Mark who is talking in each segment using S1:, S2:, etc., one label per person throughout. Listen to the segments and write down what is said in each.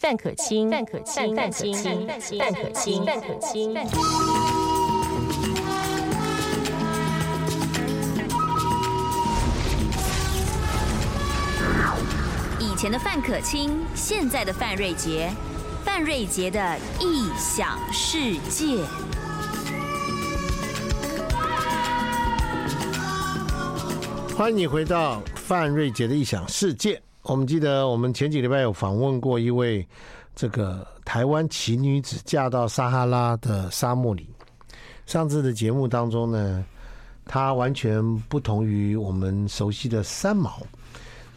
S1: 蛋可亲，蛋可亲，蛋可亲，蛋可亲，蛋可亲。
S2: 以前的范可清，现在的范瑞杰，范瑞杰的异想世界。
S3: 欢迎你回到范瑞杰的异想世界。我们记得我们前几礼拜有访问过一位这个台湾奇女子嫁到撒哈拉的沙漠里。上次的节目当中呢，她完全不同于我们熟悉的三毛，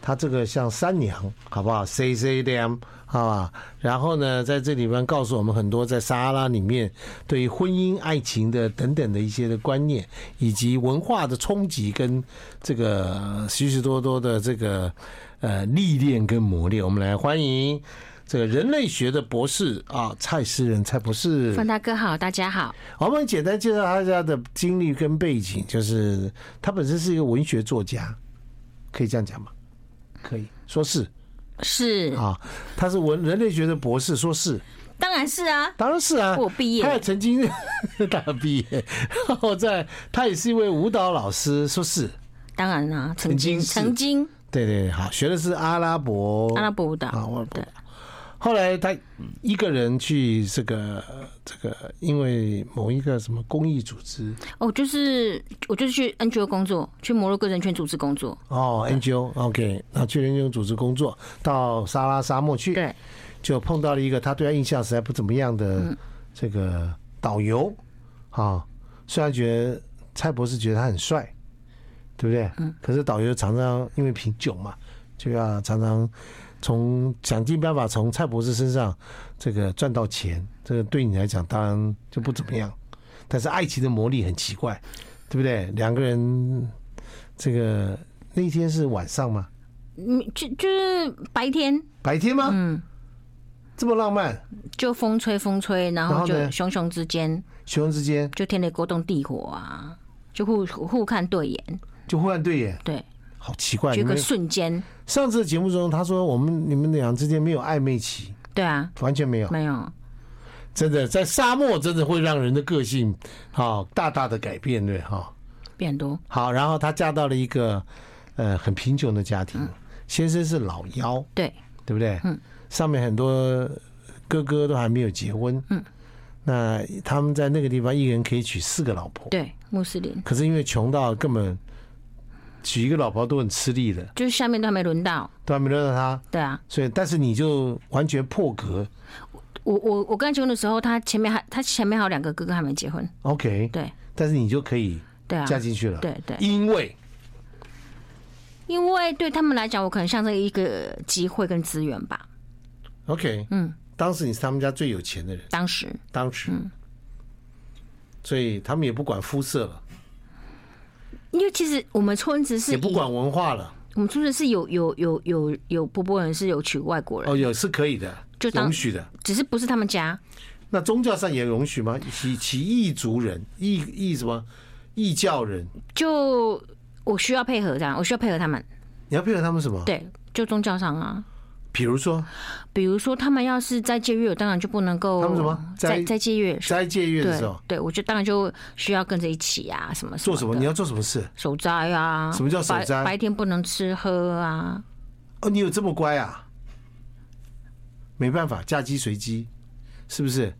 S3: 她这个像三娘，好不好？C C D M，好吧。然后呢，在这里面告诉我们很多在撒哈拉里面对于婚姻、爱情的等等的一些的观念，以及文化的冲击跟这个许许多多的这个呃历练跟磨练。我们来欢迎这个人类学的博士啊，蔡诗人蔡博士。
S4: 范大哥好，大家好。
S3: 我们简单介绍他家的经历跟背景，就是他本身是一个文学作家，可以这样讲吗？可以说是
S4: 是，
S3: 啊，他是文人类学的博士，说是，
S4: 当然是啊，
S3: 当然是啊，
S4: 我毕业
S3: 他也曾经 大毕业，然后在他也是一位舞蹈老师，说是，
S4: 当然啦、曾
S3: 曾经
S4: 经
S3: 是哦
S4: 曾经
S3: 对对对，好，学的是阿拉伯
S4: 阿拉伯舞蹈
S3: 啊，我
S4: 对
S3: 后来他一个人去这个这个，因为某一个什么公益组织
S4: 哦，就是我就是去 NGO 工作，去摩洛哥人权组织工作。
S3: 哦，NGO，OK，然后去人种组织工作，到撒拉沙漠去，
S4: 对，
S3: 就碰到了一个他对他印象实在不怎么样的这个导游啊。虽然觉得蔡博士觉得他很帅，对不对？嗯。可是导游常常因为贫穷嘛，就要常常从想尽办法从蔡博士身上这个赚到钱。这个对你来讲当然就不怎么样，但是爱情的魔力很奇怪，对不对？两个人这个那天是晚上吗？
S4: 嗯，就就是白天
S3: 白天吗？嗯。这么浪漫，
S4: 就风吹风吹，然
S3: 然
S4: 后
S3: 后呢
S4: 就熊熊之间
S3: 熊之间
S4: 就天雷勾动地火啊，就互互看对眼，
S3: 就忽然对眼，
S4: 对，
S3: 好奇怪。
S4: 就
S3: 你
S4: 一个
S3: 们
S4: 瞬间，
S3: 上次的节目中，他说我们你们俩之间没有暧昧期，
S4: 对啊，
S3: 完全没有。
S4: 没有，
S3: 真的在沙漠，真的会让人的个性好、大大的改变，对哈、
S4: 变很多，
S3: 好，然后她嫁到了一个呃很贫穷的家庭，先生是老幺，
S4: 对，
S3: 对不对？嗯，上面很多哥哥都还没有结婚，嗯，那他们在那个地方一人可以娶四个老婆，
S4: 对，穆斯林，
S3: 可是因为穷到根本娶一个老婆都很吃力的，
S4: 就是下面都还没轮到，
S3: 都还没轮到他，
S4: 对啊，
S3: 所以但是你就完全破格
S4: 我我我刚结婚的时候，他前面还他前面还有两个哥哥还没结婚，
S3: ，OK，
S4: 对
S3: 但是你就可以
S4: 对啊，
S3: 嫁进去了，
S4: 对对
S3: 因为
S4: 因为对他们来讲，我可能象征一个机会跟资源吧。
S3: OK，
S4: 嗯，
S3: 当时你是他们家最有钱的人，
S4: 当时
S3: 当时，所以他们也不管肤色了，
S4: 因为其实我们村子是
S3: 也不
S4: 以
S3: 管文化了，
S4: 我们村子是有有有有有波波人是有娶外国人，
S3: 哦，有是可以的，
S4: 就当
S3: 容许的。
S4: 只是不是他们家。
S3: 那宗教上也容许吗？其其异族人，异异什么异教人，
S4: 就我需要配合这样，我需要配合他们。
S3: 你要配合他们什么？，
S4: 对，就宗教上啊，
S3: 比如说
S4: 比如说他们要是在戒月，我当然就不能够
S3: 他们什么
S4: 在
S3: 斋
S4: 在戒月。
S3: 斋戒月的时
S4: 对
S3: 候
S4: 对，我就当然就需要跟着一起啊，什么
S3: 哦做什么？
S4: 的
S3: 你要做什么事？
S4: 守斋啊？
S3: 什么叫守
S4: 白
S3: 斋
S4: 白天不能吃喝啊，
S3: 哦，你有这么乖啊？没办法，嫁鸡随鸡，是不是？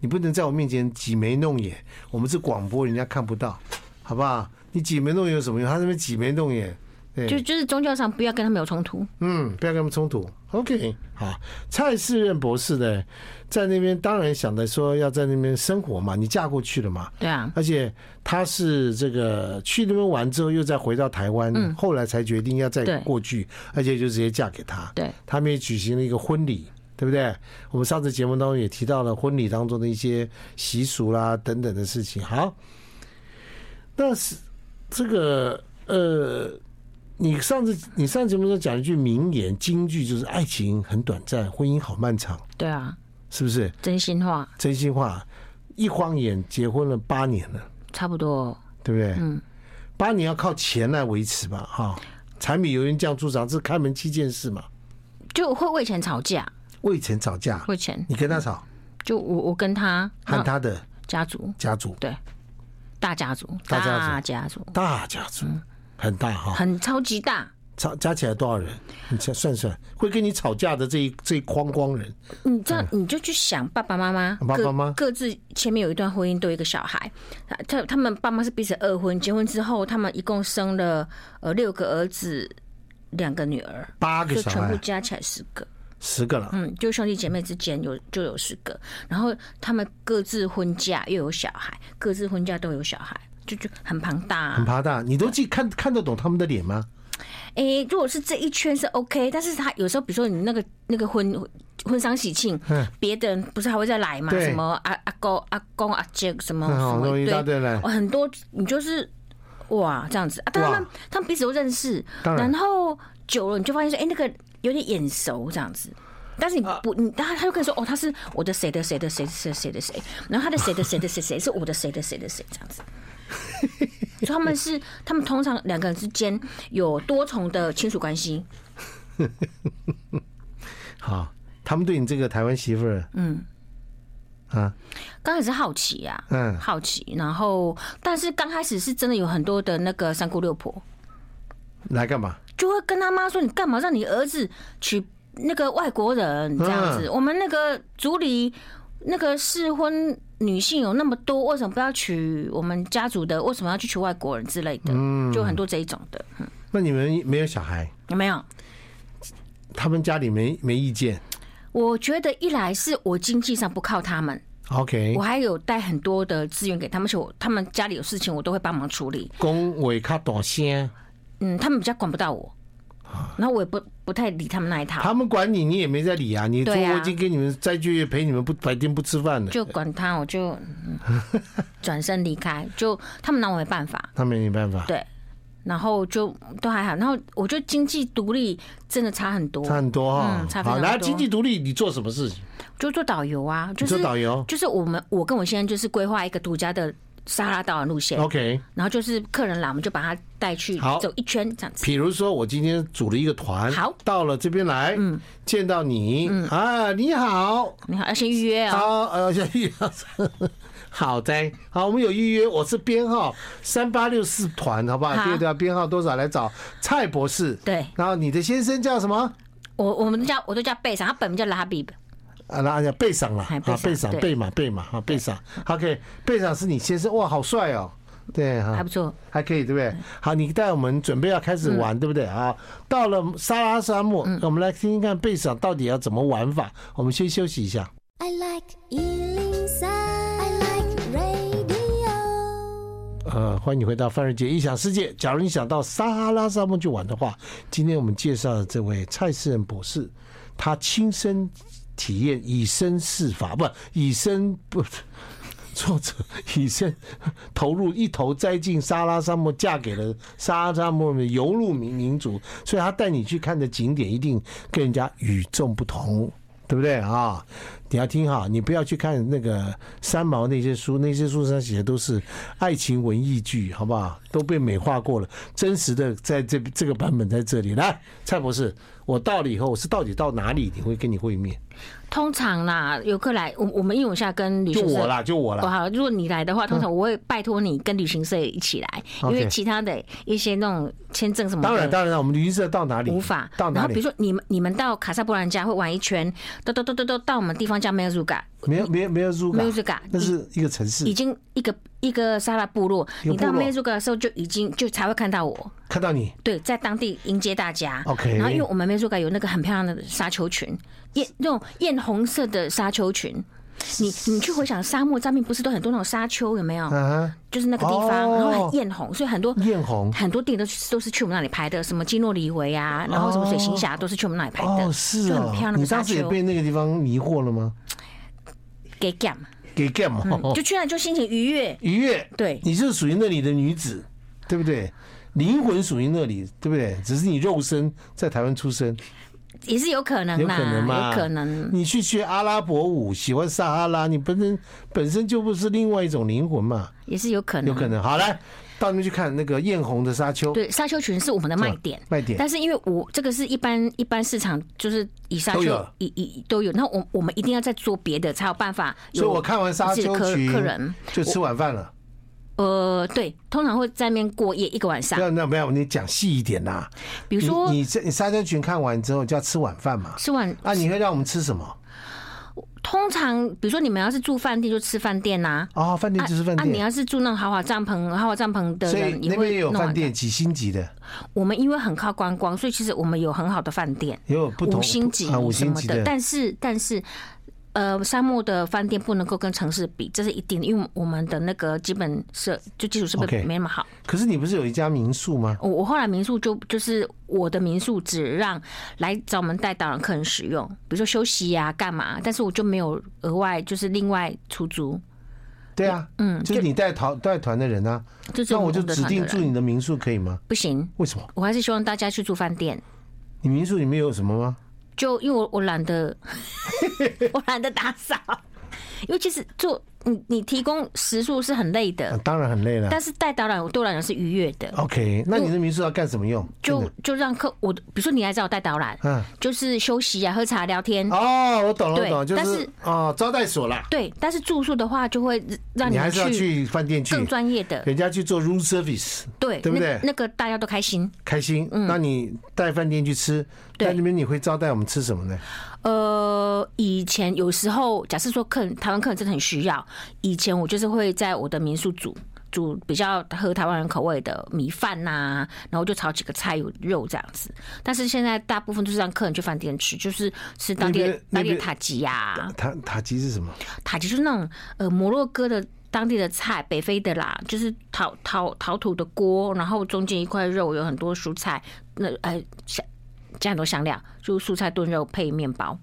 S3: 你不能在我面前挤眉弄眼，我们是广播，人家看不到，好不好？你挤眉弄眼有什么用？他那边挤眉弄眼，
S4: 就
S3: 对，
S4: 就是宗教上不要跟他们有冲突。
S3: 嗯，不要跟他们冲突。OK，好，蔡世任博士呢，在那边当然想着说要在那边生活嘛，你嫁过去了嘛，
S4: 对啊，
S3: 而且他是这个去那边玩之后，又再回到台湾，后来才决定要再
S4: 对
S3: 过去，而且就直接嫁给他。
S4: 对，
S3: 他们也举行了一个婚礼，对不对？我们上次节目当中也提到了婚礼当中的一些习俗啦等等的事情。好，那是这个呃，你上次你上次节目中讲了一句名言金句，就是爱情很短暂，婚姻好漫长，
S4: 对啊，
S3: 是不是？
S4: 真心话
S3: 真心话，一晃眼结婚了八年了。
S4: 差不多。
S3: 对不对？嗯，八年要靠钱来维持嘛，哈、柴米油盐酱醋茶，这是开门七件事嘛。
S4: 就会为钱吵架，
S3: 为钱吵架，
S4: 会钱，
S3: 你跟他吵，
S4: 就我我跟他
S3: 和他的
S4: 家族，
S3: 家族
S4: 对，大家族，
S3: 大家族
S4: 家族
S3: 大家族很大哈，
S4: 嗯很超级大，
S3: 吵加起来多少人？你算算算，会跟你吵架的这一这一框框人，
S4: 你知道，你就去想爸爸妈妈，
S3: 哎爸爸
S4: 各
S3: 妈妈
S4: 各自前面有一段婚姻，都有一个小孩，啊他他们爸妈是彼此二婚，结婚之后，他们一共生了呃六个儿子，两个女儿，
S3: 八个
S4: 就
S3: 小
S4: 全部
S3: 孩，
S4: 加起来十个，
S3: 十个了，
S4: 嗯，就兄弟姐妹之间有就有十个，然后他们各自婚嫁又有小孩，各自婚嫁都有小孩，就就很庞大、啊，
S3: 很庞大。你都记看看得懂他们的脸吗？
S4: 嗯诶、如果是这一圈是 OK，但是他有时候，比如说你那个那个婚婚丧喜庆
S3: 嗯，
S4: 别、的人不是还会再来嘛？
S3: 对
S4: 什么啊阿阿公、阿公、阿姐什么、
S3: 嗯
S4: 什
S3: 好
S4: 么
S3: 多一
S4: 堆
S3: 大堆来
S4: 哦很多你就是哇这样子啊，但他们
S3: 哇
S4: 他们彼此都认识，
S3: 当然
S4: 然后久了你就发现说，哎、那个有点眼熟这样子。但是你不，你他他就跟你说，哦，他是我的谁的谁的谁谁谁的谁，然后他的谁的谁的谁谁是我的谁的谁的谁这 样子。所以他们是，他们通常两个人之间有多重的亲属关系，
S3: 好，他们对你这个台湾媳妇儿，嗯，啊，
S4: 刚开始好奇呀、啊，
S3: 嗯
S4: 好奇，然后但是刚开始是真的有很多的那个三姑六婆，
S3: 来干嘛？
S4: 就会跟他妈说，你干嘛让你儿子娶那个外国人这样子？我们那个族里那个适婚女性有那么多，为什么不要娶我们家族的？为什么要去娶外国人之类的？就很多这一种的，
S3: 那你们没有小孩，
S4: 有没有？
S3: 他们家里没没意见
S4: 我觉得一来是我经济上不靠他们，
S3: ？OK，
S4: 我还有带很多的资源给他们，而且我他们家里有事情我都会帮忙处理。
S3: 公伟卡短先，
S4: 嗯，他们比较管不到我，然后我也不不太理他们那一套，
S3: 他们管你，你也没在理啊。你说
S4: 对啊
S3: 我已经给你们再去陪你们不白天不吃饭了，
S4: 就管他，我就嗯转身离开，就他们拿我没办法，
S3: 他们也没办法，
S4: 对，然后就都还好，然后我觉得经济独立真的差很多，
S3: 差很多哈
S4: 嗯。差非
S3: 好，
S4: 常
S3: 来
S4: 多
S3: 经济独立，你做什么事情？
S4: 就做导游啊，就
S3: 你做
S4: 是
S3: 导游
S4: 就是我们我跟我先生就是规划一个独家的撒哈拉导览路线，
S3: ？OK，
S4: 然后就是客人来，我们就把他带去
S3: 哦好
S4: 走一圈这样子，
S3: 比如说我今天组了一个团，
S4: 好嗯
S3: 到了这边来，见到你啊，你好，
S4: 你好，要先预约哦，
S3: 好，呃， 要预约。好的，好，我们有预约，我是编号三八六四团，好不好？
S4: 好
S3: 第二条编号多少来找蔡博士？
S4: 对
S3: 然后你的先生叫什么？
S4: 我我们叫我都叫贝上，他本名叫拉比，
S3: 啊，那叫贝赏啦，
S4: 哎
S3: 啊，贝
S4: 贝
S3: 赏
S4: 赏
S3: 贝嘛贝嘛啊，贝赏。OK，贝赏是你先生，哇，好帅哦，对哈，
S4: 还不错，嗯
S3: 还可以，对不对？好，你带我们准备要开始玩，对不对啊？到了沙拉沙漠，我们来听听看贝赏到底要怎么玩法。我们先休息一下。
S5: I like Ealing Sound. I like radio.
S3: 呃，欢迎你回到范瑞杰异想世界。假如你想到撒哈拉沙漠去玩的话，今天我们介绍的这位蔡世仁博士，他亲身体验以身试法，不以身不。作者以身投入一头栽进撒哈拉沙漠，嫁给了撒哈拉沙漠的游牧民民族，所以他带你去看的景点一定跟人家与众不同，对不对啊？你要听好，你不要去看那个三毛那些书，那些书上写的都是爱情文艺剧，好不好？都被美化过了，真实的在这这个版本在这里。来，蔡博士，我到了以后，我是到底到哪里你会跟你会面？
S4: 通常啦，游客来，我我们因为我现在跟旅
S3: 就
S4: 行社
S3: 我啦，就我
S4: 哦，
S3: 啦。嗯
S4: 好，如果你来的话，通常我会拜托你跟旅行社一起来，因
S3: OK
S4: 为其他的一些那种签证什么的，
S3: 当然，当然了，我们旅行社到哪里？
S4: 无法。
S3: 到
S4: 然
S3: 哪
S4: 后比如
S3: 里？
S4: 说你们你们到卡萨布兰加会玩一圈，都都都都都到我们地方叫 m e z u g a
S3: 没有，没有，没有 Zuga，
S4: 没有 Zuga，
S3: 那是一个城市
S4: 已。经一个一个沙拉部落，
S3: 嗯
S4: 你
S3: 一个
S4: 到
S3: 部
S4: m
S3: 落
S4: e z u g a 的时候就已经就才会看到我，
S3: 看到你，
S4: 对，在当地迎接大家。
S3: OK
S4: 然后因为我们 m e z u g a 有那个很漂亮的沙丘群，艳那种艳红色的沙丘群。你你去回想沙漠上面不是都很多那种沙丘有没有？
S3: 嗯哼，
S4: 就是那个地方，
S3: 哦
S4: 然后很艳红，所以很多
S3: 艳红
S4: 很多电影都是都是去我们那里拍的，什么基诺里维啊，然后什么水行侠都是去我们那里拍的，
S3: 哦，是
S4: 就
S3: 啊
S4: 很漂，亮
S3: 你
S4: 的沙
S3: 当时也
S4: 丘。
S3: 被那个地方迷惑了吗？
S4: 给 gam，
S3: 给 game
S4: 嗯就去那就心情愉悦，
S3: 愉悦，
S4: 对
S3: 你就是属于那里的女子，对不对？灵魂属于那里，对不对？只是你肉身在台湾出生，
S4: 也是有可能
S3: 有
S4: 啦，
S3: 可能嘛？
S4: 啊有可能
S3: 你去学阿拉伯舞，喜欢撒哈拉，你本身本身就不是另外一种灵魂嘛，
S4: 也是有可能，
S3: 有可能。好来，到那边去看那个艳红的沙
S4: 嗯
S3: 丘，
S4: 对，沙丘裙是我们的卖
S3: 是吧
S4: 点，
S3: 卖点
S4: 但是因为我这个是一般一般市场，就是以沙丘
S3: 都有
S4: 以以都有，那我我们一定要再做别的，才有办法有
S3: 所以我看完沙
S4: 自己
S3: 丘
S4: 的客
S3: 群
S4: 客人，
S3: 就吃晚饭了。
S4: 呃，对，通常会在那边过夜一个晚上
S3: 不。要那没有，你讲细一点呐。
S4: 比
S3: 比
S4: 如说
S3: 啊你你这你沙丘群看完之后就要吃晚饭嘛？
S4: 吃完，
S3: 啊，你会让我们吃什么？
S4: 通常比如说你们要是住饭店就吃饭店呐、
S3: 哦，饭店
S4: 啊
S3: 就是饭
S4: 啊，你
S3: 店，
S4: 要是住那种豪华帐篷，豪华帐篷的
S3: 所以
S4: 人也
S3: 那
S4: 会
S3: 边也有
S4: 弄啊
S3: 饭
S4: 完的
S3: 店，几星级的，
S4: 我们因为很靠观光，所以其实我们有很好的饭店，
S3: 也有啊不同
S4: 五星级
S3: 啊，五
S4: 什
S3: 星
S4: 么
S3: 级的。
S4: 但是但是。呃，沙漠的饭店不能够跟城市比，这是一定的，因为我们的那个基本设就基础设
S3: OK
S4: 备没那么好。
S3: 可是你不是有一家民宿吗？
S4: 我我后来民宿就就是我的民宿只让来找我们带导览客人使用，比如说休息呀、干嘛，但是我就没有额外就是另外出租，
S3: 对啊，嗯，就是你带团带团的人啊，
S4: 就只
S3: 那
S4: 有
S3: 我就
S4: 们的
S3: 指
S4: 团
S3: 定
S4: 的
S3: 住
S4: 人
S3: 你的民宿可以吗？
S4: 不行，
S3: 为什么？
S4: 我还是希望大家去住饭店。
S3: 你民宿里面有什么吗？
S4: 就因为我我懒得， 我懒得打扫，因为其实做你你提供食宿是很累的，
S3: 啊、当然很累了
S4: 但。是带导览我对我来讲是愉悦的，
S3: OK，那你的民宿要干什么用？真
S4: 就
S3: 的
S4: 就让客我比如说你来找我带导览，
S3: 嗯
S4: 就是休息啊、喝茶、聊天。
S3: 哦，我懂了，我
S4: 对
S3: 懂了，就
S4: 但
S3: 是
S4: 是
S3: 哦，招待所啦，
S4: 对，但是住宿的话就会让
S3: 你还
S4: 们
S3: 是要去饭店去，
S4: 更专业的，
S3: 人家去做 room service，
S4: 对，
S3: 对不对
S4: 那？那个大家都开心。
S3: 开心，那你带饭店去吃，
S4: 对
S3: 在那边你会招待我们吃什么呢？
S4: 呃，以前有时候，假设说客人台湾客人真的很需要，以前我就是会在我的民宿煮煮比较喝台湾人口味的米饭呐、然后就炒几个菜有肉这样子。但是现在大部分都是让客人去饭店吃，就是吃当
S3: 那
S4: 地
S3: 边那
S4: 当地
S3: 边
S4: 的塔吉呀、
S3: 塔塔吉是什么？
S4: 塔吉就是那种呃摩洛哥的当地的菜，北非的啦，就是陶陶陶土的锅，然后中间一块肉，有很多蔬菜，那呃香加很多香料，就是蔬菜炖肉配面包。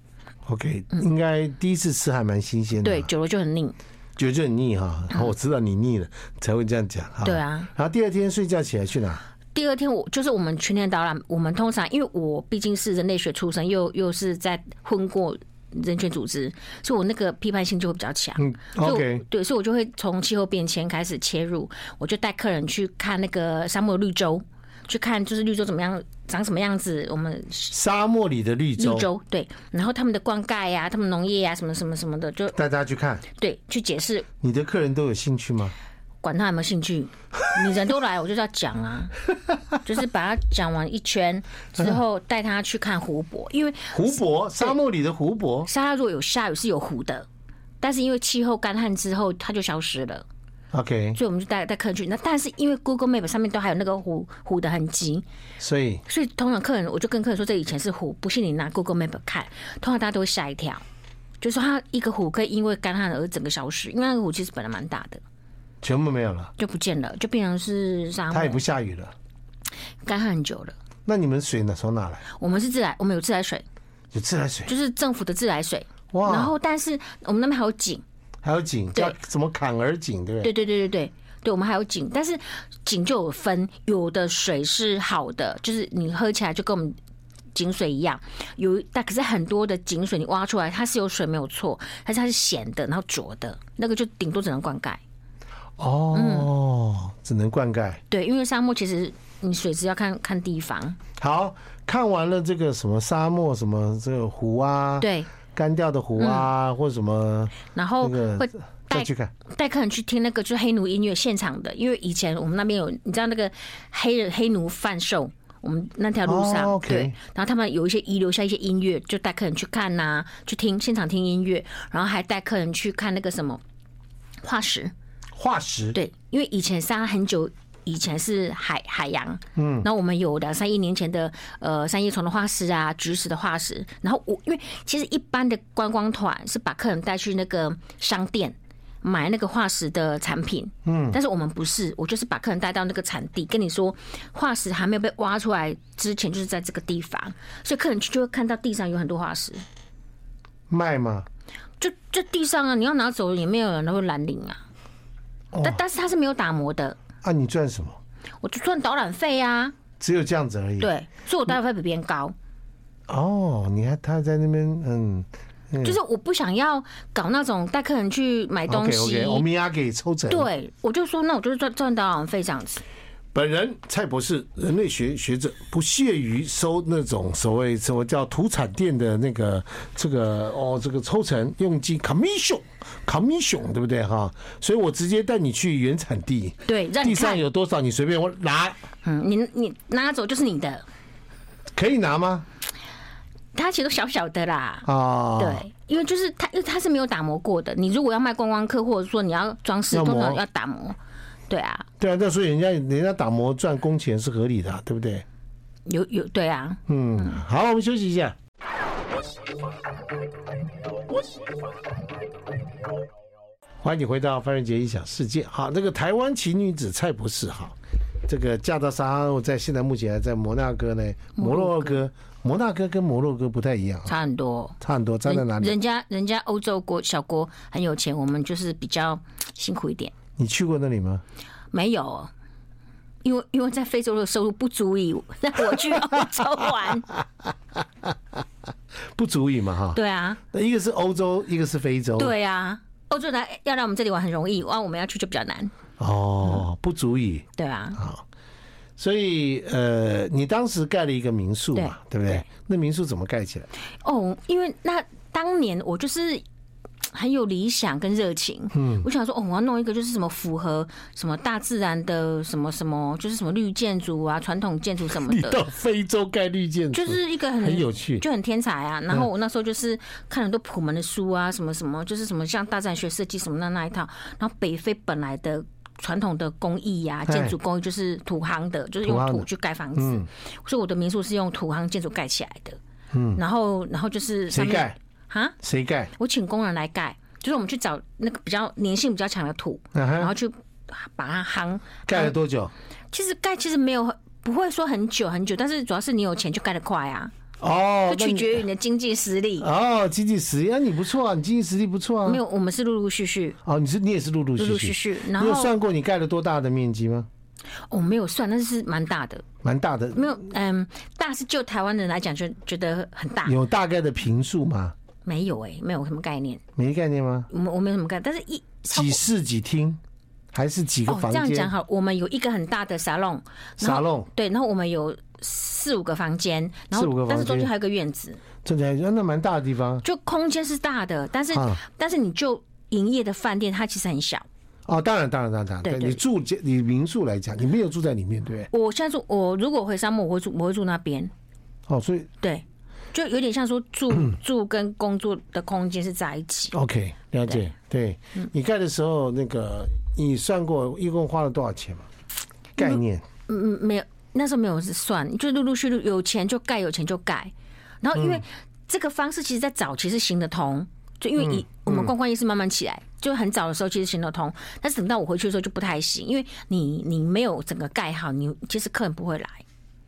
S3: OK，应该第一次吃还蛮新鲜
S4: 嗯
S3: 的，
S4: 对，，久了就很腻。
S3: 觉得就很腻哈。哦我知道你腻了，才会这样讲哈。
S4: 对啊。
S3: 然后第二天睡觉起来去哪？
S4: 第二天我就是我们全年导览，我们通常因为我毕竟是人类学出身，又又是在混过人权组织，所以我那个批判性就会比较强。
S3: 嗯
S4: 所以我
S3: ，OK，
S4: 对，所以我就会从气候变迁开始切入，我就带客人去看那个沙漠绿洲，去看就是绿洲怎么样长什么样子，我们
S3: 沙漠里的绿洲，
S4: 绿洲对，然后他们的灌溉呀、他们农业啊呀、什么什么什么的，就
S3: 带大家去看。
S4: 对去解释，
S3: 你的客人都有兴趣吗？
S4: 管他有没有兴 趣，你人都来，我就是要讲啊，就是把它讲完一圈之后，带他去看湖泊，因为
S3: 湖泊，沙漠里的湖泊，
S4: 沙拉如果有下雨是有湖的，但是因为气候干旱之后，它就消失了。
S3: OK，
S4: 所以我们就带带客人去。那但是因为 Google Map 上面都还有那个湖湖的痕迹，
S3: 所以
S4: 所以通常客人我就跟客人说，这以前是湖，不信你拿 Google Map 看，通常大家都会吓一跳，就说它一个湖可以因为干旱而整个消失，因为那个湖其实本来蛮大的，
S3: 全部没有了，
S4: 就不见了，就变成是沙
S3: 它也
S4: 漠
S3: 不，下雨了。
S4: 干旱很久了。
S3: 那你们水呢？从哪来？
S4: 我们是自来，我们有自来水，
S3: 有自来水，
S4: 就是政府的自来水。
S3: 哇
S4: 然后，但是我们那边还有井，
S3: 还有井，
S4: 对
S3: 叫什么坎儿井，对不对？
S4: 对对对对对。对，我们还有井，但是井就有分，有的水是好的，就是你喝起来就跟我们井水一样。有，但可是很多的井水你挖出来，它是有水没有错，但是它是咸的，然后浊的，那个就顶多只能灌溉。
S3: 哦，只能灌溉。
S4: 对，因为沙漠其实你水质要看看地方。
S3: 好看完了这个什么沙漠什么这个湖啊，，
S4: 对，
S3: 干掉的湖啊，或者什么
S4: 然
S3: 那
S4: 后哦会
S3: 个再
S4: 带
S3: 去看
S4: 带客人去听那个就是黑奴音乐现场的，因为以前我们那边有，你知道那个黑人黑奴贩售，我们那条路上、
S3: 哦，OK
S4: 对，然后他们有一些遗留下一些音乐，就带客人去看呐、去听现场听音乐，然后还带客人去看那个什么化石，
S3: 化石，
S4: 对，因为以前沙很久以前是海海洋，嗯，然后我们有两三亿年前的呃三叶虫的化石啊，菊石的化石，然后我因为其实一般的观光团是把客人带去那个商店。买那个化石的产品，嗯，但是我们不是，我就是把客人带到那个产地，跟你说化石还没有被挖出来之前，就是在这个地方，所以客人就会看到地上有很多化石，
S3: 卖吗？
S4: 就就地上啊，你要拿走也没有人会拦领啊，但但是它是没有打磨的，
S3: 啊，你赚什么？
S4: 我就赚导览费啊，
S3: 只有这样子而已。
S4: 对，所以我导览费比别人高，
S3: 哦，你看他在那边，嗯
S4: 就是我不想要搞那种带客人去买东
S3: ，OK
S4: 西
S3: OK，欧米亚给抽成。，
S4: 对，我就说那我就是赚赚导览费这样子。
S3: 本人蔡博士，人类学学者，不屑于收那种所谓什么叫土产店的那个这个哦，这个抽成佣金 commission commission 对不对哈？所以我直接带你去原产地，
S4: 对让你
S3: 地上
S4: 看
S3: 有多少你随便我拿，
S4: 嗯，你你拿走就是你的，
S3: 可以拿吗？
S4: 它其实都小小的啦。
S3: 啊，
S4: 对，因为就是它，因为它是没有打磨过的。你如果要卖观光客，或者说你要装饰，
S3: 要磨
S4: 通常要打磨。对啊，
S3: 对啊，那所以人家人家打磨赚工钱是合理的啊、对不对？
S4: 有有对啊，
S3: 嗯，好，我们休息一下。欢迎你回到范瑞杰一小世界。好，那个台湾奇女子蔡博士哈，这个嫁到撒哈拉，在现在目前还在摩纳哥呢，摩洛哥，摩纳哥跟摩洛哥不太一样啊，
S4: 差很多。
S3: 差很多，差在
S4: 人
S3: 哪里？啊
S4: 人家人家欧洲国小国很有钱，我们就是比较辛苦一点。
S3: 你去过那里吗？
S4: 没有，因为因为在非洲的收入不足以 让我去欧洲玩。
S3: 不足以嘛哈。
S4: 对啊，
S3: 那一个是欧洲，一个是非洲。。
S4: 对啊，欧洲来要来我们这里玩很容易，哇，我们要去就比较难。
S3: 哦，不足以。
S4: 对啊，
S3: 所以呃，你当时盖了一个民宿嘛，对
S4: 对
S3: 不对
S4: 对？
S3: 那民宿怎么盖起来？
S4: 哦，因为那当年我就是。很有理想跟热情，嗯，我想说，哦，我要弄一个就是什么符合什么大自然的什么什么，就是什么绿建筑啊、传统建筑什么
S3: 你
S4: 的，
S3: 到非洲盖绿建筑，
S4: 就是一个很
S3: 嗯很有趣嗯
S4: 就很天才啊。然后我那时候就是看很多普门的书啊，什么什么，就是什么像大自然学设计什么的那一套。然后北非本来的传统的工艺呀、
S3: 哎
S4: 建筑工艺就是土夯的，就是
S3: 土
S4: 用
S3: 夯的嗯
S4: 土去盖房子。所以我的民宿是用土夯建筑盖起来的。嗯，然后然后就是上
S3: 谁
S4: 面
S3: 盖？
S4: 啊？
S3: 谁盖？
S4: 我请工人来盖，就是我们去找那个比较粘性比较强的土，
S3: 嗯哼
S4: 然后去把它夯
S3: 盖了多久？
S4: 其实盖其实没有很不会说很久很久，但是主要是你有钱就盖得快啊。
S3: 哦
S4: 就，取
S3: 于
S4: 决于你的经济实力。
S3: 哦，经济实力，啊，你不错啊，你经济实力不错啊。
S4: 没有，我们是陆陆续续，
S3: 哦，你是你也是陆陆续
S4: 陆陆续续然
S3: 你有
S4: 后
S3: 算过你盖了多大的面积吗？
S4: 我、没有算，但是蛮大的。
S3: 蛮大的，
S4: 没有，嗯，大是就台湾人来讲，就觉得很大。
S3: 有大概的平数吗？
S4: 没有哎、没有什么概念，
S3: 没概念吗？
S4: 我们我没有什么概念，但是一超
S3: 几室几厅，还是几个
S4: 哦，
S3: 房
S4: 这样
S3: 间
S4: 讲？好，我们有一个很大的沙龙，
S3: 沙龙
S4: 对，然后我们有四五个房间，然
S3: 四五个
S4: 后但
S3: 房间
S4: 是中间还有一个院子，
S3: 这才啊那蛮大的地方
S4: 就空间是大的，但是、
S3: 啊
S4: 但是你就营业的饭店它其实很小。
S3: 哦，当然当然当然当然，
S4: 对
S3: 对
S4: 对
S3: 你住你民宿来讲，你没有住在里面，对不对？
S4: 我现在住，我如果回沙漠，我会住我会住那边，
S3: 哦，所以
S4: 对，就有点像说住住跟工作的空间是在一起。
S3: OK，了解。对
S4: 嗯
S3: 你盖的时候，那个你算过一共花了多少钱吗？概念
S4: 嗯，没有，那时候没有算，就陆陆续续有钱就盖，有钱就盖。然后因为这个方式其实在早期是行得通，就因为以我们观光业是慢慢起来，就很早的时候其实行得通，但是等到我回去的时候就不太行，因为你你没有整个盖好，你其实客人不会来，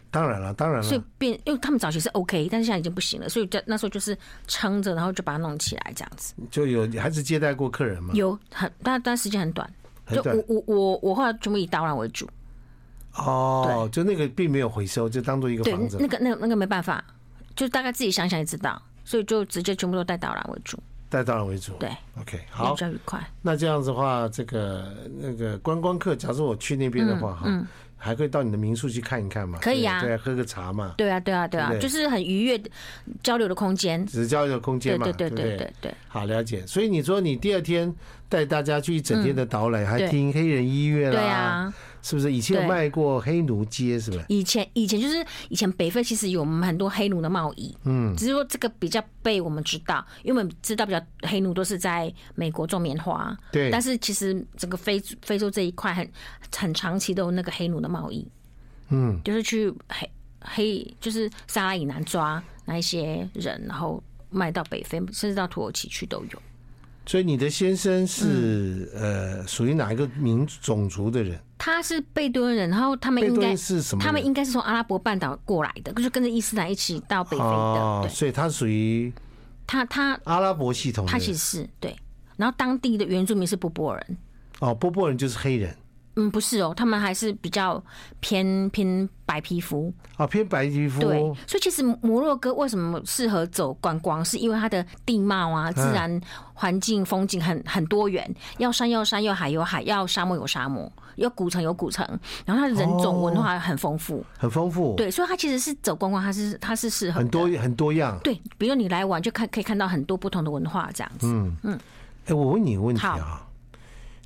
S3: 当然了，当然
S4: 所以
S3: 了。
S4: 变因为他们早期是 OK，但是现在已经不行了，所以在那时候就是撑着，然后就把它弄起来这样子。
S3: 就有还是接待过客人嘛？
S4: 有很，但但时间很短。
S3: 很
S4: 就
S3: 短
S4: 我我我我后来全部以导览为主，
S3: 哦，就那个并没有回收，就当做一个
S4: 对
S3: 房，子
S4: 那。个那个那个没办法，就大概自己想想也知道，所以就直接全部都带导览为主，
S3: 带当然为主。
S4: 对
S3: ，OK，
S4: 也
S3: 好
S4: 比，较愉快。
S3: 那这样子的话，这个那个观光客，假如我去那边的话，哈，还可以到你的民宿去看一看嘛？
S4: 嗯可以啊
S3: 对对，喝个茶嘛，
S4: 对啊，对啊，对啊
S3: 对，
S4: 就是很愉悦的交流的空间。
S3: 只是交流空
S4: 对
S3: 间嘛，
S4: 对对
S3: 不
S4: 对对对，
S3: 好，了解。所以你说你第二天带大家去一整天的导览，还听黑人音乐啦，
S4: 嗯对啊，
S3: 是不是？以前有
S4: 对
S3: 卖过黑奴街，是不是？
S4: 以前以前就是以前北非其实有我们很多黑奴的贸易，嗯，只是说这个比较被我们知道，因为我们知道比较黑奴都是在美国种棉花，
S3: 对
S4: 但是其实整个非非洲这一块很很长期都有那个黑奴的贸易，嗯，就是去黑黑就是撒哈拉以南抓那一些人，然后卖到北非，甚至到土耳其去都有。
S3: 所以你的先生是、
S4: 嗯
S3: 呃属于哪一个民种族的人？
S4: 他是贝多恩人，然后他们
S3: 贝
S4: 应
S3: 多
S4: 该
S3: 恩是什么人
S4: 他们应该是从阿拉伯半岛过来的，就是跟着伊斯兰一起到北非的。
S3: 哦，
S4: 对，
S3: 所以他属于
S4: 他他
S3: 阿拉伯系统的
S4: 他
S3: 人。
S4: 其实是对，然后当地的原住民是波波人，
S3: 哦，波波人就是黑人。
S4: 嗯，不是哦，他们还是比较偏偏白皮肤，
S3: 啊，偏白皮肤，
S4: 对，所以其实摩洛哥为什么适合走观光，是因为它的地貌啊、自然环境、风景很很多元，要山有山，要海有海，要沙漠有沙漠，要古城有古城，然后它的人种文化很丰富，
S3: 很丰富，，
S4: 对，所以它其实是走观光，它是它是适合
S3: 很
S4: 的
S3: 多很多样。
S4: 对，比如你来玩就看可以看到很多不同的文化这样子，
S3: 嗯哎，我问你一个问题啊，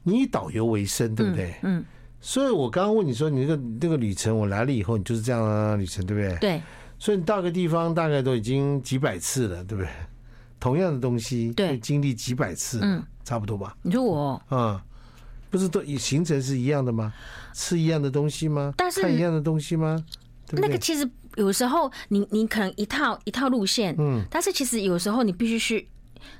S3: 你以导游为生，对不对？嗯。所以我刚刚问你说，你那个那个旅程，我来了以后，你就是这样的旅程，对不对？。
S4: 对
S3: 所以你到个地方大概都已经几百次了，对不对？同样的东西，
S4: 对
S3: 会经历几百次，嗯，差不多吧？
S4: 你说我哦。
S3: 啊、不是都行程是一样的吗？吃一样的东西吗？
S4: 但是
S3: 看一样的东西吗？对不
S4: 那
S3: 对
S4: 个其实有时候你你可能一套一套路线，嗯，但是其实有时候你必须是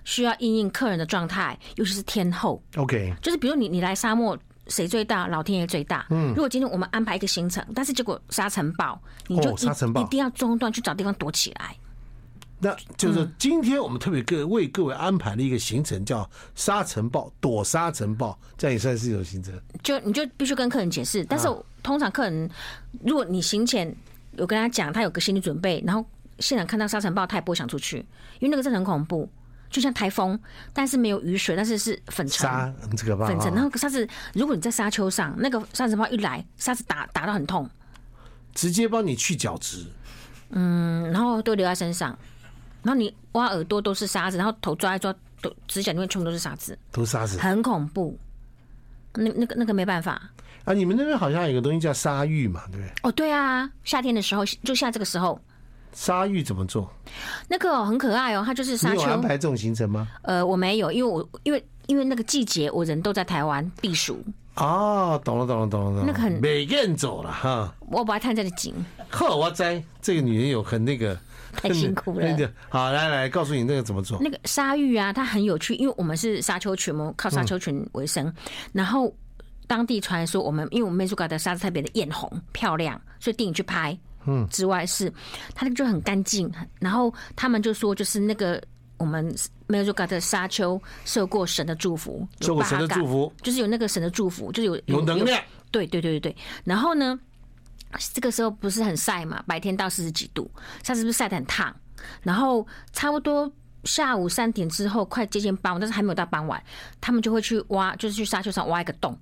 S4: 需要应应客人的状态，尤其是天后，
S3: OK，
S4: 就是比如你你来沙漠。谁最大？老天爷最大。嗯，如果今天我们安排一个行程，但是结果沙尘暴，你就
S3: 哦
S4: 一、
S3: 沙尘暴
S4: 一定要中断去找地方躲起来。
S3: 那
S4: 嗯
S3: 就是今天我们特别各为各位安排了一个行程，叫沙尘暴躲沙尘暴，这样也算是一种行程。
S4: 就你就必须跟客人解释。但是我通常客人，如果你行前有跟他讲，他有个心理准备，然后现场看到沙尘暴，他也不会想出去，因为那个真的很恐怖，就像台风，但是没有雨水，但是是粉尘。
S3: 沙很可怕
S4: 粉尘，然
S3: 啊，
S4: 后沙子，如果你在沙丘上，那个沙尘暴一来，沙子打打到很痛，
S3: 直接帮你去角质，
S4: 嗯然后都留在身上，然后你挖耳朵都是沙子，然后头抓一抓，都指甲里面全部都是沙子，
S3: 都是沙子
S4: 很恐怖。那那个那个没办法，
S3: 啊！你们那边好像有个东西叫沙浴嘛，对不对？
S4: 哦，对啊，夏天的时候就像这个时候，
S3: 沙浴怎么做？
S4: 那个、哦、很可爱哦，它就是
S3: 你
S4: 沙
S3: 有
S4: 丘。
S3: 安排这种行程吗？
S4: 呃，我没有，因为我因为因为那个季节，我人都在台湾避暑，
S3: 哦，懂了，懂了，懂了，懂了。
S4: 那个很
S3: 每个人走了哈。
S4: 我把它看这的景。
S3: 呵，我栽，这个女人有很那个，
S4: 太辛苦了
S3: 那个 好，来来，告诉你那个怎么做。
S4: 那个沙域啊，它很有趣，因为我们是沙丘群嘛，我们靠沙丘群为生，然后。当地传说，我们因为我们美术馆的沙子特别的艳红漂亮，所以电影去拍。嗯，之外是它那个就很干净，然后他们就说，就是那个我们美术馆的沙丘受过神的祝福，有
S3: 受过神的
S4: Baga，
S3: 祝福
S4: 就是有那个神的祝福，就是有
S3: 有能量。
S4: 对对对对对，然后呢，这个时候不是很晒嘛，白天到四十几度，它是不是晒得很烫？然后差不多下午三点之后，快接近傍晚，但是还没有到傍晚，他们就会去挖，就是去沙丘上挖一个洞。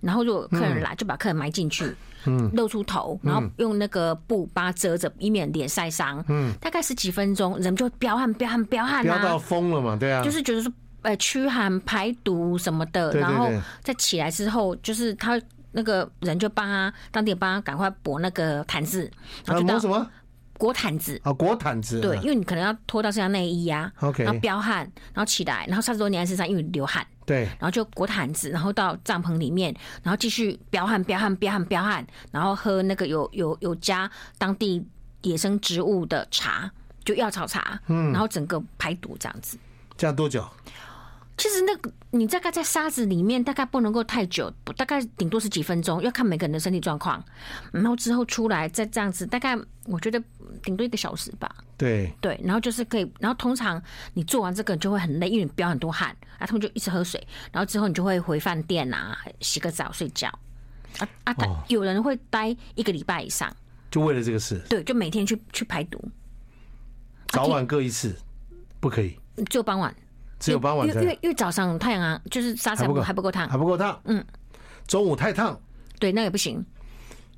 S4: 然后如果客人来，就把客人埋进去，嗯，露出头，然后用那个布把它遮着，以免脸晒伤。嗯，大概十几分钟，人就飙汗、飙汗、飙汗
S3: 不要
S4: 啊
S3: 到，疯了嘛，对啊，
S4: 就是觉得说呃驱寒排毒什么的，
S3: 对对
S4: 然后
S3: 对
S4: 再起来之后，就是他那个人就帮他当地人帮他赶快裹那个毯子，然
S3: 啊，
S4: 后就
S3: 磨
S4: 到
S3: 什么
S4: 裹毯子。
S3: 啊？裹毯子，
S4: 对，因为你可能要脱到身上内衣啊
S3: OK
S4: 然后飙汗，然后起来，然后差不多粘在身上，因为流汗，
S3: 对，
S4: 然后就裹毯子，然后到帐篷里面，然后继续飙汗、飙汗、飙汗、飙汗，然后喝那个有有有加当地野生植物的茶，就药草茶，嗯，然后整个排毒这样子。
S3: 这样多久？
S4: 其实那个你大概在沙子里面，大概不能够太久，不大概顶多是几分钟，要看每个人的身体状况。然后之后出来再这样子，大概我觉得顶多一个小时吧。
S3: 对，
S4: 对，然后就是可以，然后通常你做完这个就会很累，因为你飙很多汗，啊，他们就一直喝水，然后之后你就会回饭店啊，洗个澡睡觉。啊啊，他有人会待一个礼拜以上，
S3: 就为了这个事，
S4: 对，就每天去去排毒，
S3: 早晚各一次，不可以，
S4: 只有傍晚，
S3: 只有傍晚
S4: 因
S3: 才
S4: 为因为因为早上太阳啊，就是沙子还不还不够烫
S3: 还，不够烫。嗯，中午太烫，
S4: 对，那也不行，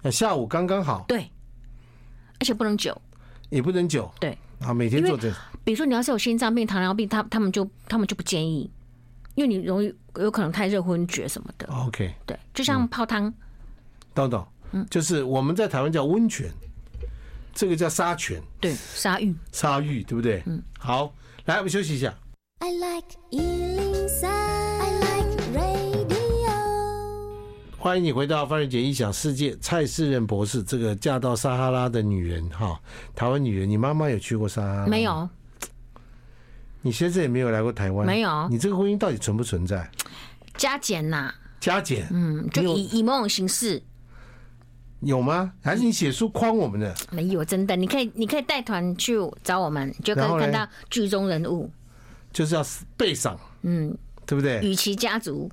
S3: 呃下午刚刚好，
S4: 对，而且不能久，
S3: 也不能久
S4: 对。
S3: 啊，每天
S4: 因为
S3: 做这个。
S4: 比如说你要是有心脏病、糖尿病，他他们就他们就不建议，因为你容易有可能太热昏厥什么的。
S3: OK，
S4: 对，就
S3: 嗯
S4: 像泡汤，
S3: 等等，
S4: 嗯
S3: 就是我们在台湾叫温泉，这个叫沙泉、
S4: 对，沙浴。
S3: 沙浴，对不对？嗯，好，来我们休息一下。
S5: I like Ealing Sound. I like radio.
S3: 欢迎你回到范瑞杰异想世界。蔡世任博士，这个嫁到撒哈拉的女人哈，台湾女人，你妈妈有去过撒哈拉？
S4: 没，有，
S3: 你先生也没有来过台湾，
S4: 没有
S3: 你这个婚姻到底存不存在？
S4: 加减呐、
S3: 加减，嗯，
S4: 就以以某种形式
S3: 有吗？还是你写书诓我们的？
S4: 没有真的，你可以你可以带团去找我们，就可
S3: 然后
S4: 以
S3: 嘞
S4: 看到剧中人物，
S3: 就是要背赏，嗯，对不对？
S4: 与其家族，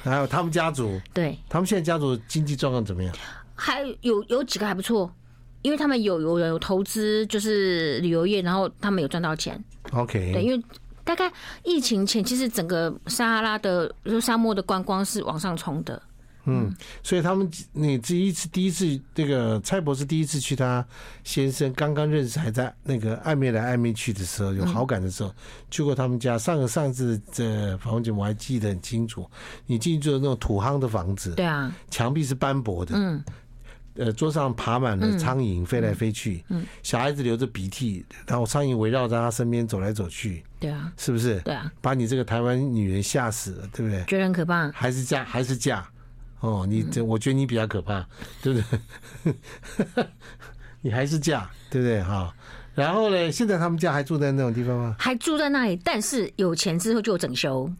S3: 还有他们家族，
S4: 对，
S3: 他们现在家族经济状况怎么样？
S4: 还有有几个还不错，因为他们有有有投资，就是旅游业，然后他们有赚到钱。对，
S3: OK，
S4: 因为大概疫情前，其实整个撒哈拉的就是沙漠的观光是往上冲的。
S3: 嗯，所以他们你第一次第一次那个蔡博士第一次去他先生刚刚认识还在那个暧昧来暧昧去的时候有好感的时候，去过他们家上个上次呃这房间我还记得很清楚，你进去的那种土夯的房子，
S4: 对啊，
S3: 墙壁是斑驳的，嗯，呃，桌上爬满了苍蝇，飞来飞去，嗯，小孩子流着鼻涕，然后苍蝇围绕在他身边走来走去，
S4: 对啊，
S3: 是不是？
S4: 对啊，
S3: 把你这个台湾女人吓死了，对不对？
S4: 觉得很可怕。
S3: 还是嫁，还是嫁，哦，
S4: 嗯
S3: 你这，我觉得你比较可怕，对不对？ 你还是嫁，对不对？哈、然后呢，现在他们家还住在那种地方吗？
S4: 还住在那里，但是有钱之后就有整修，哦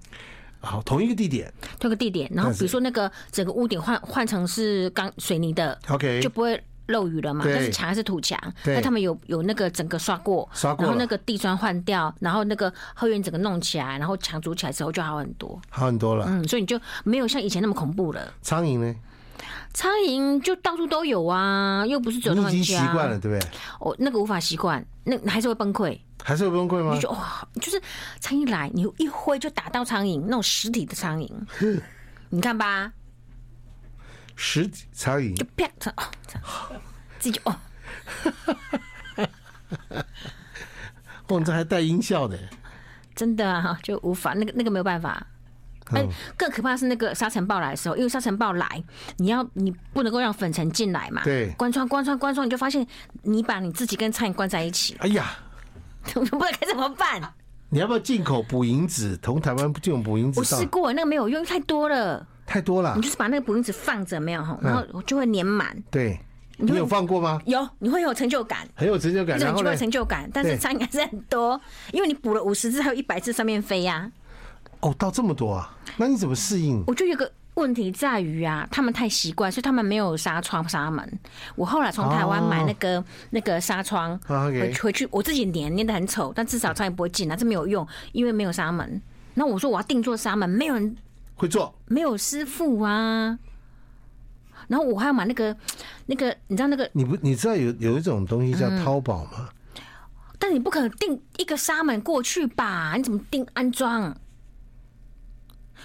S3: 好，同一个地点
S4: 推个地点，然后比如说那个整个屋顶换换成是钢水泥的，
S3: ，OK，
S4: 就不会漏雨了嘛。
S3: 对
S4: 但是墙还是土墙，
S3: 对
S4: 那他们有有那个整个刷过，
S3: 刷过
S4: 然后
S3: 了
S4: 那个地砖换掉，然后那个后院整个弄起来，然后墙筑起来之后就好很多。
S3: 好很多了。
S4: 嗯，所以你就没有像以前那么恐怖了。
S3: 苍蝇呢？
S4: 苍蝇就到处都有啊，又不是只有
S3: 你
S4: 他们
S3: 已经习
S4: 家。
S3: 惯了，对不对？
S4: 哦，那个无法习惯，那还是会崩溃。
S3: 还是会崩溃吗
S4: 你？就哇，就是苍蝇来，你一挥就打到苍蝇，那种实体的苍蝇， 你看吧，
S3: 十几苍蝇
S4: 就啪，这样哦，这样自己就哦，
S3: 哦，这还带音效的，
S4: 真的啊，就无法，那个那个没有办法。
S3: 嗯
S4: 哎、更可怕的是那个沙尘暴来的时候，因为沙尘暴来，你要你不能够让粉尘进来嘛，
S3: 对
S4: 关窗关窗关窗，你就发现你把你自己跟苍蝇关在一起，
S3: 哎呀，
S4: 我就不知道该怎么办。
S3: 你要不要进口捕蝇子？从台湾进口捕蝇子
S4: 我
S3: 到
S4: 试过，那个没有用，因为太多了。
S3: 太多了
S4: 你，就是把那个捕蝇纸放着没有吼，
S3: 嗯
S4: 然后就会粘满。
S3: 对，你有放过吗？
S4: 有，你会有成就感，
S3: 很有成就感，
S4: 一种
S3: 啊然
S4: 很
S3: 后
S4: 奇
S3: 呢
S4: 怪的？成就感。但
S3: 对
S4: 是苍蝇还是很多，因为你捕了五十只，还有一百只上面飞呀、
S3: 哦，到这么多啊，那你怎么适应？
S4: 我就有个问题在于啊，他们太习惯，所以他们没有纱窗纱门。我后来从台湾
S3: 哦
S4: 买那个、那个纱窗，
S3: 啊，OK
S4: 回回去我自己粘粘的很丑，但至少苍蝇不会进来，这没有用，因为没有纱门。那我说我要定做纱门，没有人
S3: 会做
S4: 没有师傅啊。然后我还要买那个那个，你知道那个，
S3: 你不你知道有有一种东西
S4: 嗯
S3: 叫淘宝吗？
S4: 但你不可能订一个纱门过去吧？你怎么订安装？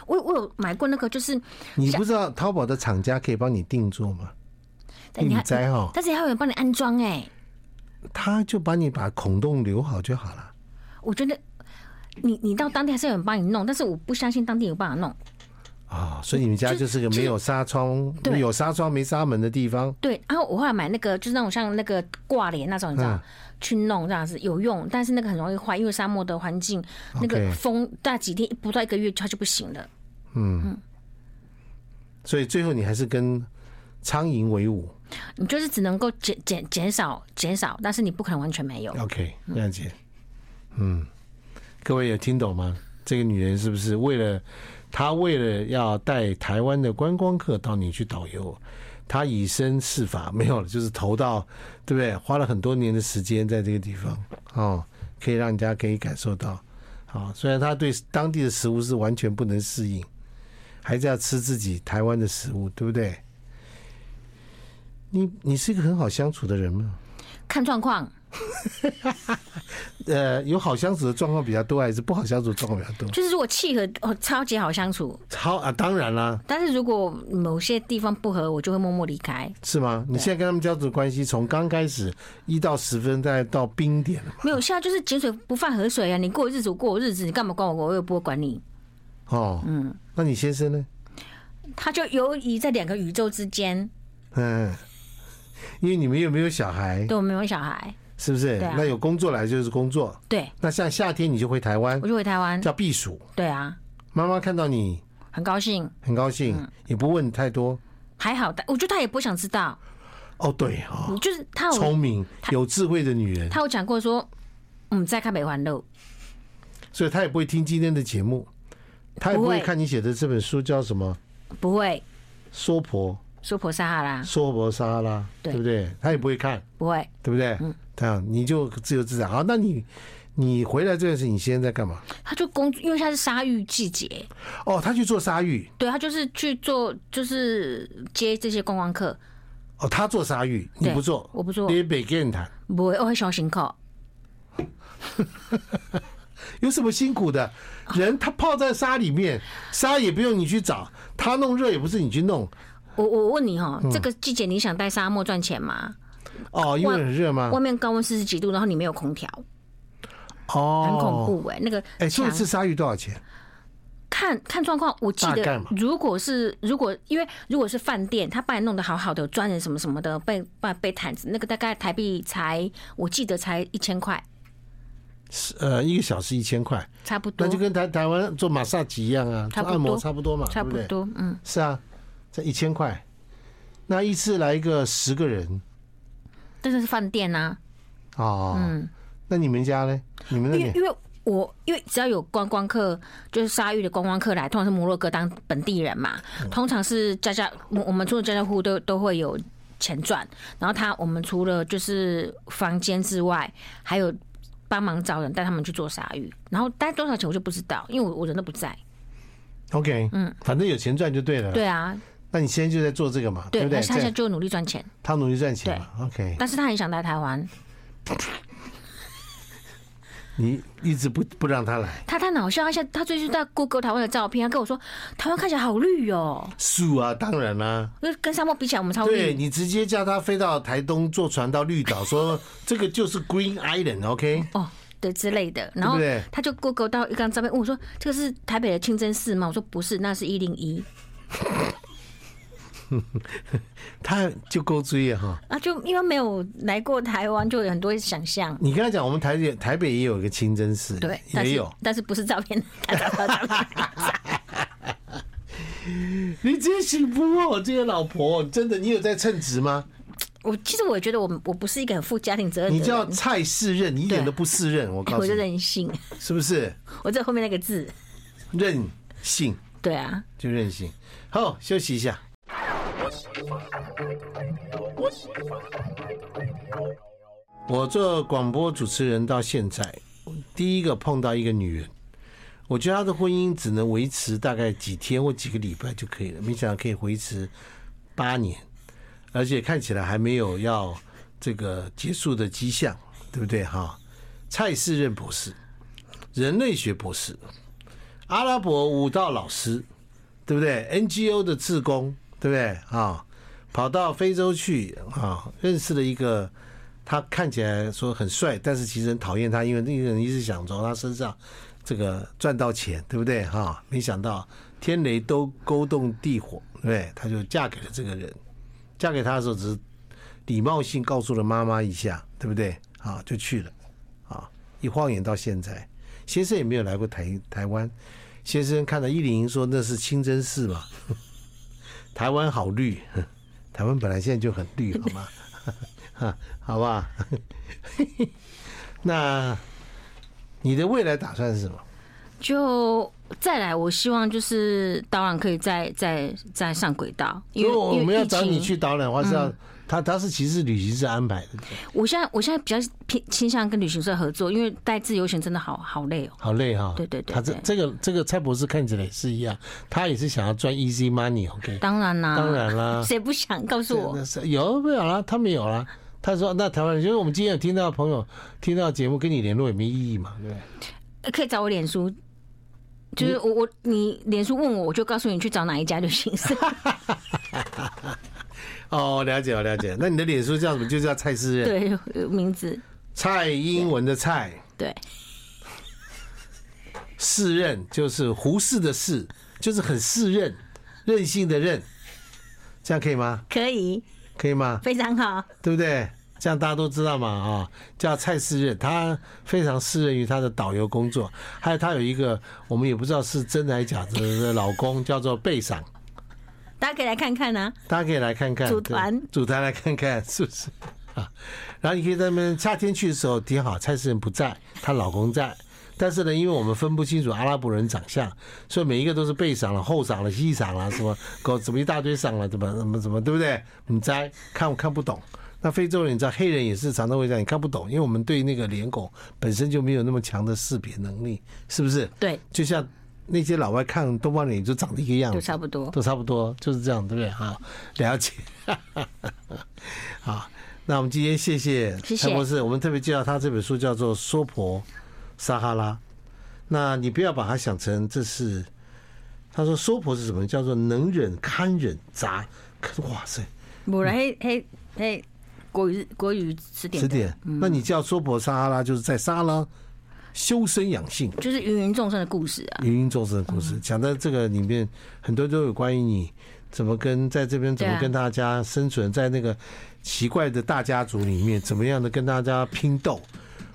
S4: 我我有买过那个，就是
S3: 你不知道淘宝的厂家可以帮你定做吗？
S4: 但你还
S3: 你摘哦
S4: 但是还有人帮你安装哎、
S3: 他就帮你把孔洞留好就好了。
S4: 我觉得你你到当地还是有人帮你弄，但是我不相信当地有办法弄。
S3: 啊、所以你们家
S4: 就
S3: 就是个
S4: 就
S3: 没有纱窗、
S4: 对
S3: 有纱窗没纱门的地方。
S4: 对，然后我后来买那个就是那种像那个挂帘那种，你知道、
S3: 嗯
S4: 去弄这样子有用，但是那个很容易坏，因为沙漠的环境，那个
S3: OK
S4: 风大几天不到一个月它就不行了。
S3: 所以最后你还是跟苍蝇为伍。
S4: 你就是只能够减减减少减少，但是你不可能完全没有。
S3: OK，了解。嗯，各位有听懂吗？这个女人是不是为了她为了要带台湾的观光客到你去导游，她以身试法没有了，就是投到对不对？花了很多年的时间在这个地方哦，可以让人家可以感受到。好、虽然她对当地的食物是完全不能适应，还是要吃自己台湾的食物，对不对？你你是一个很好相处的人吗？
S4: 看状况，
S3: 呃，有好相处的状况比较多，还是不好相处的状况比较多？
S4: 就是如果契合，哦，超级好相处。
S3: 好啊，当然啦，
S4: 但是如果某些地方不合，我就会默默离开。
S3: 是吗？你现在跟他们家族的关系从刚开始一到十分，再到冰点了嘛？
S4: 没有，现在就是井水不犯河水啊！你过日子，我过我日子，你干嘛管我？我又不会管你。
S3: 哦，嗯，那你先生呢？
S4: 他就游移在两个宇宙之间，
S3: 嗯，因为你们又没有小孩，
S4: 对我没有小孩，
S3: 是不是？
S4: 对啊
S3: 那有工作来就是工作。
S4: 对
S3: 那像夏天你就回台湾
S4: 我，就回台湾。
S3: 叫避暑。
S4: 对啊，
S3: 妈妈看到你
S4: 很高兴，
S3: 很高兴，
S4: 嗯
S3: 也不问太多。
S4: 还好，但我觉得他也不想知道。
S3: 哦，对哦，
S4: 就是嗯他
S3: 聪
S4: 有
S3: 明有智慧的女人，
S4: 他有讲过说，嗯，在看北环路，
S3: 所以她也不会听今天的节目，她也不
S4: 不
S3: 会
S4: 会
S3: 看你写的这本书叫什么。
S4: 不会
S3: 娑婆、
S4: 说婆撒哈拉，
S3: 娑婆沙拉，
S4: 对嗯
S3: 对不对？他也不会看，
S4: 不会。
S3: 对不对？这样你就自由自在。好，那你你回来这件事，你现在在干嘛？
S4: 他就工作，因为现在是杀育季节，
S3: 哦，他去做鲨鱼，
S4: 对他就是去做，就是接这些观光客，
S3: 哦，他做鲨鱼，你
S4: 对
S3: 不做，
S4: 我不做
S3: 你北给人谈，
S4: 不会，我会小心靠。
S3: 有什么辛 苦的？人他泡在沙里面，沙也不用你去找，他弄热也不是你去弄，
S4: 我我问你哈、
S3: 嗯
S4: 这个季节你想待沙漠赚钱吗？
S3: 哦，因为
S4: 外
S3: 很热吗
S4: 外？面高温四十几度，然后你没有空调，
S3: 哦，
S4: 很恐。怖哎、那个
S3: 哎，做一
S4: 墙
S3: 次鲨鱼多少钱？
S4: 看看状况，我记
S3: 大概
S4: 得
S3: 嘛
S4: 如果是如果因为如果是饭店，他把你弄得好好的，有专人什么什么的，被被被毯子，那个大概台币才我记得才一千块，
S3: 呃，一个小时一千块，
S4: 差不多
S3: 那就，跟台台湾做马萨吉一样啊，
S4: 差
S3: 做
S4: 不多
S3: 按摩差不多嘛，
S4: 差不
S3: 对不对？
S4: 多，嗯，
S3: 是啊，这一千块，那一次来一个十个人
S4: 但是是饭店啊呐、
S3: 哦，
S4: 嗯
S3: 那你们家呢？你们那
S4: 因为
S3: 里
S4: 因为我因为只要有观光客，就是沙域的观光客来，通常是摩洛哥当本地人嘛，
S3: 嗯
S4: 通常是家家我我们住的家家户户都都会有钱赚，然后他我们除了就是房间之外，还有帮忙找人带他们去做沙域，然后带多少钱我就不知道，因为我我人都不在。
S3: ？OK，嗯，反正有钱赚就对了。
S4: 对啊，
S3: 那你现在就在做这个嘛，
S4: 对，
S3: 不嗯对？
S4: 他他现在
S3: 在
S4: 就努力赚钱，
S3: 他努力赚钱嘛。OK，
S4: 但是他很想来台湾，
S3: 你一直不不让他来，
S4: 他太搞笑，他现在他最近在 Google 台湾的照片，他跟我说台湾看起来好绿哦、
S3: 树啊，当然啦、
S4: 因为跟沙漠比起啊来我们超绿。
S3: 对你直接叫他飞到台东坐船到绿岛，说这个就是 Green Island，OK？、
S4: 哦，对之类的。然后
S3: 对不对
S4: 他就 Google 到一张照片，问我说：“这个是台北的清真寺吗？”我说：“不是，那是一零一。
S3: 他就够注意哈。”
S4: 啊，就因为没有来过台湾，就有很多想象。
S3: 你刚才讲，我们台北台北也有一个清真寺，
S4: 对，但
S3: 也
S4: 是
S3: 有。
S4: 但是不是照片？他 找到照片
S3: 你真醒不过我这个老婆，真的，你有在称职吗？
S4: 我其实我觉得我我不是一个很负家庭责任的
S3: 你
S4: 人，
S3: 叫蔡世任，你一点
S4: 对
S3: 都不世任，我告诉
S4: 我就
S3: 你，
S4: 任性，
S3: 是不是
S4: 我在后面那个字。
S3: 任性
S4: 对啊，
S3: 就任性？好，休息一下。我做广播主持人到现在，第一个碰到一个女人，我觉得她的婚姻只能维持大概几天或几个礼拜就可以了，没想到可以维持八年，而且看起来还没有要这个结束的迹象，对不对哈？蔡世任博士，人类学博士，阿拉伯舞蹈老师，对不对？NGO 的志工，对不对啊？跑到非洲去啊，认识了一个他看起来说很帅，但是其实很讨厌他，因为那个人一直想从他身上这个赚到钱，对不对哈、没想到天雷都勾动地火，对不对？他就嫁给了这个人，嫁给他的时候只是礼貌性告诉了妈妈一下，对不对啊？就去了啊，一晃眼到现在，先生也没有来过台台湾。先生看到一零说那是清真寺嘛， 台湾好绿， 台湾本来现在就很绿，好吗？ 哈好吧。那你的未来打算是什么？
S4: 就再来，我希望就是导览可以再再再上轨道，因
S3: 如
S4: 为
S3: 果我
S4: 因
S3: 们
S4: 为
S3: 要
S4: 疫
S3: 找你
S4: 情嗯
S3: 去导览的话，是要他他是其实旅行社安排的，对不对
S4: 我现在我现在比较偏倾向跟旅行社合作，因为带自由行真的好好累哦。
S3: 好累哈。
S4: 对对对
S3: 他这
S4: 对
S3: 这个这个蔡博士看起来也是一样，他也是想要赚 easy money，OK？
S4: 当然啦，
S3: 当然啦
S4: 谁不想告诉我
S3: 那？是啊有没有啦？他没有啦。他说：“那台湾人就是我们今天有听到的朋友听到节目跟你联络也没意义嘛，对不对？”
S4: 呃可以找我脸书，就是我我你脸书问我，我就告诉你去找哪一家旅行社。
S3: 哦，了解，我了 解。那你的脸书叫什么？就叫蔡诗人，
S4: 对，呃名字
S3: 蔡英文的蔡，
S4: 对
S3: 世任就是胡适的适，就是很世任，任性的任，这样可以吗？
S4: 可以，
S3: 可以吗？
S4: 非常好。
S3: 对不对？这样大家都知道嘛啊、叫蔡世任，他非常适任于他的导游工作，还有他有一个我们也不知道是真的还是假的的老公，叫做贝赏，
S4: 大家可以来看看啊，
S3: 大家可以来看看
S4: 组
S3: 对
S4: 团
S3: 组团来看看是不是啊？然后你可以在那边夏天去的时候挺好，蔡诗人不在，她老公在。但是呢，因为我们分不清楚阿拉伯人长相，所以每一个都是背赏了、后赏了、西赏了，什么狗什么一大堆赏了，怎么怎么怎么，对不对？你摘看我看不懂，那非洲人，你知道黑人也是常常会这样，你看不懂，因为我们对那个脸孔本身就没有那么强的识别能力，是不是？
S4: 对
S3: 就像那些老外看东方脸就长得一个样子，
S4: 都差不多
S3: 都差不多，就是这样，对不对？哈，了解。 好，那我们今天谢谢
S4: 谢谢
S3: 蔡博士，我们特别介绍他这本书叫做《娑婆撒哈拉》。那你不要把它想成这是，他说娑婆是什么？叫做能忍、堪忍、杂。哇塞，
S4: 不然嘿嘿嘿，国语国语词典
S3: 指
S4: 的嗯
S3: 点。那你叫娑婆撒哈拉，就是在撒哈拉修身养性，
S4: 就是芸芸众生的故事啊，
S3: 芸芸众生的故事。讲到这个里面，很多都有关于你怎么跟在这边怎么
S4: 对啊
S3: 跟大家生存在那个奇怪的大家族里面，怎么样的跟大家拼斗。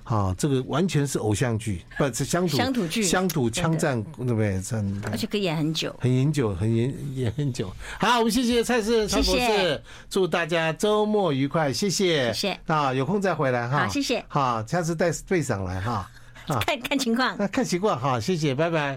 S3: 啊，这个完全是偶像剧，不是乡土
S4: 乡土剧
S3: 乡土
S4: 真的
S3: 枪战，对不对？这样
S4: 而且可以演很久。
S3: 很饮酒，很饮也很久。好，我们谢谢蔡氏蔡博士，
S4: 谢谢
S3: 祝大家周末愉快，谢谢，
S4: 谢谢
S3: 啊，有空再回来哈，
S4: 好谢谢
S3: 好，下次带队长来哈，啊，
S4: 看看情况。
S3: 那看习惯哈，谢谢，拜拜。